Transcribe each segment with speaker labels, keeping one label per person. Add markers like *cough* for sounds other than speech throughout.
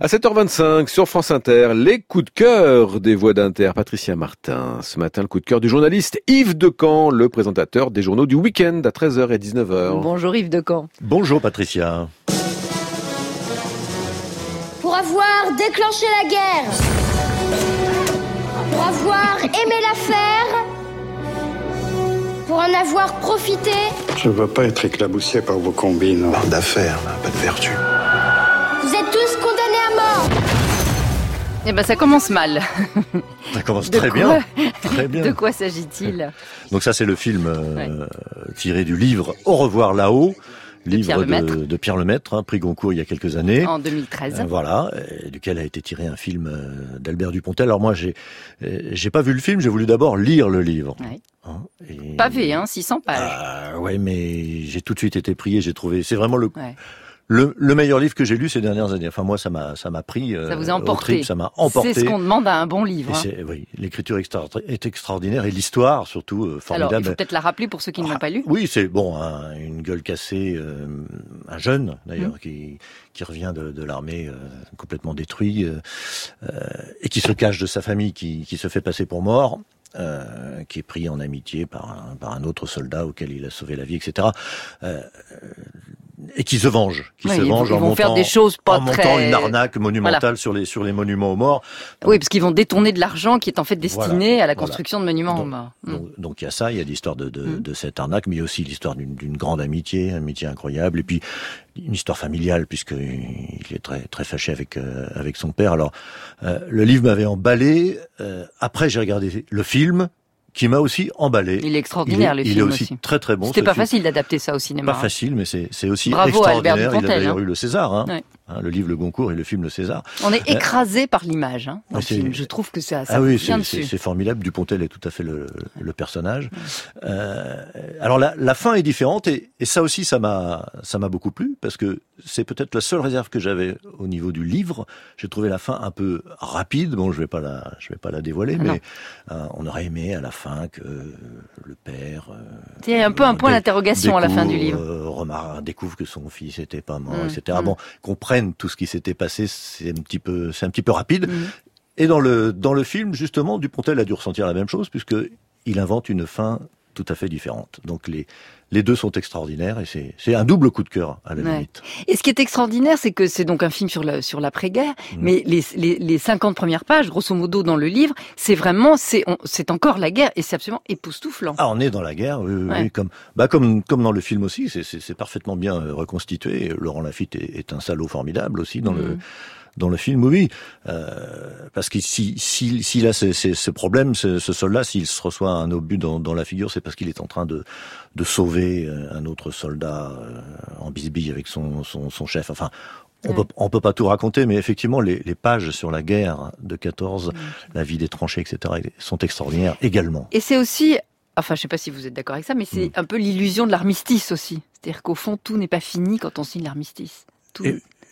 Speaker 1: À 7h25 sur France Inter, les coups de cœur des voix d'Inter. Patricia Martin, ce matin le coup de cœur du journaliste Yves Decamp, le présentateur des journaux du week-end à 13h et 19h.
Speaker 2: Bonjour Yves Decamp.
Speaker 3: Bonjour Patricia.
Speaker 4: Pour avoir déclenché la guerre. Pour avoir aimé l'affaire. Pour en avoir profité.
Speaker 5: Je veux pas être éclaboussé par vos combines.
Speaker 6: Pas d'affaires, pas de vertu.
Speaker 4: Vous êtes tous condamnés à mort.
Speaker 2: Eh ben ça commence mal.
Speaker 3: Ça commence
Speaker 2: De
Speaker 3: très
Speaker 2: quoi
Speaker 3: bien. Très bien.
Speaker 2: De quoi s'agit-il
Speaker 3: Donc ça c'est le film euh, tiré du livre Au revoir là-haut,
Speaker 2: Pierre
Speaker 3: livre
Speaker 2: Lemaitre.
Speaker 3: de, de Pierre Lemaitre, hein, prix Goncourt il y a quelques années.
Speaker 2: En 2013.
Speaker 3: Euh, Voilà, et duquel a été tiré un film euh, d'Albert Dupontel. Alors moi, j'ai euh, j'ai pas vu le film, j'ai voulu d'abord lire le livre.
Speaker 2: Ouais.
Speaker 3: Hein, et-
Speaker 2: Pavé, hein, 600 pages.
Speaker 3: Ah, ouais, mais j'ai tout de suite été prié. J'ai trouvé. C'est vraiment le,
Speaker 2: Ouais.
Speaker 3: le le meilleur livre que j'ai lu ces dernières années. Enfin moi, ça m'a ça m'a pris. euh,
Speaker 2: Ça vous
Speaker 3: au
Speaker 2: a emporté.
Speaker 3: trip, ça m'a Ah, emporté.
Speaker 2: C'est ce qu'on demande à un bon livre.
Speaker 3: Et
Speaker 2: hein.
Speaker 3: c'est- oui, l'écriture extra- est extraordinaire et l'histoire surtout euh,
Speaker 2: Alors,
Speaker 3: formidable. Ah,
Speaker 2: il faut peut-être la rappeler pour ceux qui ne l'ont pas lu.
Speaker 3: Oui, c'est bon, un- une gueule cassée, euh, un jeune d'ailleurs
Speaker 2: Mmh.
Speaker 3: qui qui revient de, de l'armée euh, complètement détruit euh, euh, et qui se cache de sa famille, qui qui se fait passer pour mort. euh, qui est pris en amitié par un, par un autre soldat auquel il a sauvé la vie, etc. Euh, et qui se venge, qui
Speaker 2: Oui,
Speaker 3: se
Speaker 2: ils
Speaker 3: venge
Speaker 2: vont-
Speaker 3: en
Speaker 2: ils vont faire
Speaker 3: montant-
Speaker 2: des choses pas
Speaker 3: en montant
Speaker 2: très-
Speaker 3: une arnaque monumentale sur les sur les monuments aux morts.
Speaker 2: Oui, parce qu'ils vont détourner de l'argent qui est en fait destiné
Speaker 3: Voilà,
Speaker 2: à la
Speaker 3: voilà.
Speaker 2: construction de monuments aux morts. Mm.
Speaker 3: Donc, donc il y a ça, il y a l'histoire de, de,
Speaker 2: Mm.
Speaker 3: de cette arnaque, mais aussi l'histoire d'une d'une grande amitié, amitié incroyable, et puis une histoire familiale puisque il est très très fâché avec euh, avec son père. Alors euh, le livre m'avait emballé. euh, après j'ai regardé le film qui m'a aussi emballé.
Speaker 2: Il est extraordinaire,
Speaker 3: il est,
Speaker 2: le
Speaker 3: il est
Speaker 2: film
Speaker 3: aussi,
Speaker 2: aussi.
Speaker 3: très très bon.
Speaker 2: C'était
Speaker 3: ce
Speaker 2: pas
Speaker 3: film.
Speaker 2: facile d'adapter ça au cinéma.
Speaker 3: Pas
Speaker 2: hein.
Speaker 3: facile, mais c'est c'est aussi
Speaker 2: Bravo à Albert
Speaker 3: extraordinaire. il a
Speaker 2: Dupontel,
Speaker 3: d'ailleurs
Speaker 2: hein.
Speaker 3: eu le César, hein.
Speaker 2: Ouais.
Speaker 3: Hein, le livre Le Goncourt et le film Le César.
Speaker 2: On est écrasé par l'image hein, dans le
Speaker 3: Mais Hein. Ah, c'est-
Speaker 2: film. Je trouve que ça, ça
Speaker 3: Ah oui,
Speaker 2: tient
Speaker 3: c'est- c'est
Speaker 2: dessus.
Speaker 3: c'est formidable. Dupontel est tout à fait le, le personnage. Euh, alors la, la fin est différente et, et ça aussi ça m'a ça m'a beaucoup plu parce que c'est peut-être la seule réserve que j'avais au niveau du livre. J'ai trouvé la fin un peu rapide. Bon, je vais pas la je vais pas la dévoiler,
Speaker 2: Non.
Speaker 3: mais euh, on aurait aimé à la fin que euh, le père euh,
Speaker 2: C'est un peu un point
Speaker 3: Dé-
Speaker 2: d'interrogation à la fin du
Speaker 3: découvre,
Speaker 2: livre.
Speaker 3: euh, remarque, découvre que son fils était pas mort,
Speaker 2: Mm,
Speaker 3: etc.
Speaker 2: mm.
Speaker 3: Bon, qu'on prenne tout ce qui s'était passé, c'est un petit peu, c'est un petit peu rapide. *laughs*
Speaker 2: Mm.
Speaker 3: Et dans le dans le film, justement, Dupontel a dû ressentir la même chose puisque il invente une fin tout à fait différente. Donc les les deux sont extraordinaires et c'est c'est un double coup de cœur à la
Speaker 2: Ouais.
Speaker 3: limite.
Speaker 2: Et ce qui est extraordinaire, c'est que c'est donc un film sur le sur l'après-guerre,
Speaker 3: Mm.
Speaker 2: mais les, les les 50 premières pages, grosso modo, dans le livre, c'est vraiment c'est on- c'est encore la guerre et c'est absolument époustouflant.
Speaker 3: Ah, on est dans la guerre, oui, oui,
Speaker 2: Ouais.
Speaker 3: oui, comme bah comme comme dans le film aussi, c'est c'est c'est parfaitement bien euh, reconstitué. Laurent Lafitte est, est un salaud formidable aussi dans le
Speaker 2: Mm.
Speaker 3: dans le film, oui, euh, parce que si si- s'il a ce, ce- ce problème, ce, ce soldat, s'il se reçoit un obus dans, dans la figure, c'est parce qu'il est en train de de sauver euh, un autre soldat euh, en bisbille avec son son, son chef. Enfin. On
Speaker 2: Ouais.
Speaker 3: peut, on peut pas tout raconter, mais effectivement, les, les pages sur la guerre de
Speaker 2: Mm,
Speaker 3: 14, la vie des tranchées, etc., sont extraordinaires également.
Speaker 2: Et c'est aussi, enfin, je sais pas si vous êtes d'accord avec ça, mais
Speaker 3: Mm.
Speaker 2: c'est un peu l'illusion de l'armistice aussi. C'est-à-dire qu'au fond, tout n'est pas fini quand on signe l'armistice. Tout,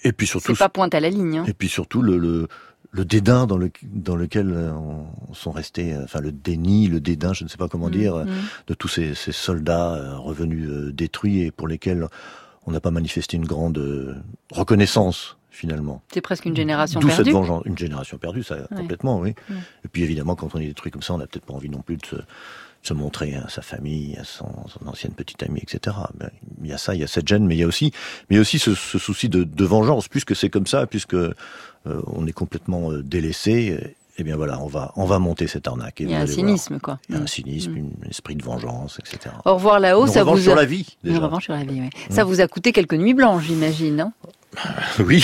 Speaker 3: Et puis surtout,
Speaker 2: c'est pas pointe à la ligne. hein.
Speaker 3: Et puis surtout le, le, le dédain dans, le, dans lequel euh, on- sont restés, euh, enfin le déni, le dédain, je ne sais pas comment dire, euh,
Speaker 2: Mm, mm.
Speaker 3: de tous ces, ces soldats euh, revenus euh, détruits et pour lesquels on n'a pas manifesté une grande euh, reconnaissance finalement.
Speaker 2: C'est presque une génération
Speaker 3: D'où cette
Speaker 2: perdue.
Speaker 3: vengeance, une génération perdue, ça complètement, oui.
Speaker 2: Ouais.
Speaker 3: Et puis évidemment, quand on est détruit comme ça, on n'a peut-être pas envie non plus de se, de se montrer à sa famille, à son, son ancienne petite amie, etc. Ben, Il y a ça, il y a cette gêne, mais il y a aussi, mais il y a aussi ce, ce souci de, de vengeance, puisque c'est comme ça, puisque euh, on est complètement euh, délaissé. euh, Eh bien voilà, on va, on va monter cette arnaque. Et
Speaker 2: Il y
Speaker 3: vous
Speaker 2: a un
Speaker 3: allez voir.
Speaker 2: cynisme, quoi.
Speaker 3: Il y a un
Speaker 2: Mm.
Speaker 3: cynisme, un esprit de vengeance, etc.
Speaker 2: Au revoir là-haut,
Speaker 3: Une
Speaker 2: ça
Speaker 3: revanche
Speaker 2: vous
Speaker 3: sur
Speaker 2: a...
Speaker 3: la vie,
Speaker 2: Une
Speaker 3: déjà. Mm.
Speaker 2: revanche sur la vie, oui. Ça vous a coûté quelques nuits blanches, j'imagine, hein
Speaker 3: *laughs* Oui,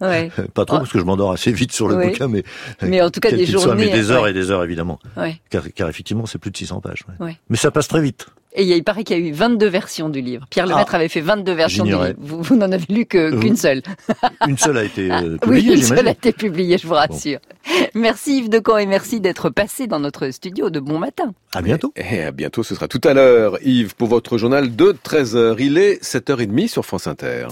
Speaker 2: Ouais.
Speaker 3: pas trop,
Speaker 2: Oh.
Speaker 3: parce que je m'endors assez vite sur le
Speaker 2: Oui.
Speaker 3: bouquin, mais,
Speaker 2: Mais en tout cas,
Speaker 3: quel
Speaker 2: des
Speaker 3: qu'il soit,
Speaker 2: journées.
Speaker 3: mais des heures
Speaker 2: ouais.
Speaker 3: et des heures, évidemment.
Speaker 2: Ouais.
Speaker 3: Car, car effectivement, c'est plus de 600 pages. ouais.
Speaker 2: Ouais.
Speaker 3: Mais ça passe très vite.
Speaker 2: Et il y a- il paraît qu'il y a eu 22 versions du livre. Pierre Lemaitre avait fait 22 versions du
Speaker 3: Ah, J'ignorais.
Speaker 2: livre. Vous, vous n'en avez lu que-
Speaker 3: Euh,
Speaker 2: qu'une seule.
Speaker 3: Une seule a été euh,
Speaker 2: *laughs* oui,
Speaker 3: publiée,
Speaker 2: une seule a
Speaker 3: j'imagine.
Speaker 2: été publiée, je vous rassure. Merci Yves Decamp et merci d'être passé dans notre studio de bon matin.
Speaker 3: À bientôt.
Speaker 1: Et à bientôt, ce sera tout à l'heure, Yves, pour votre journal de 13h. Il est 7h30 sur France Inter.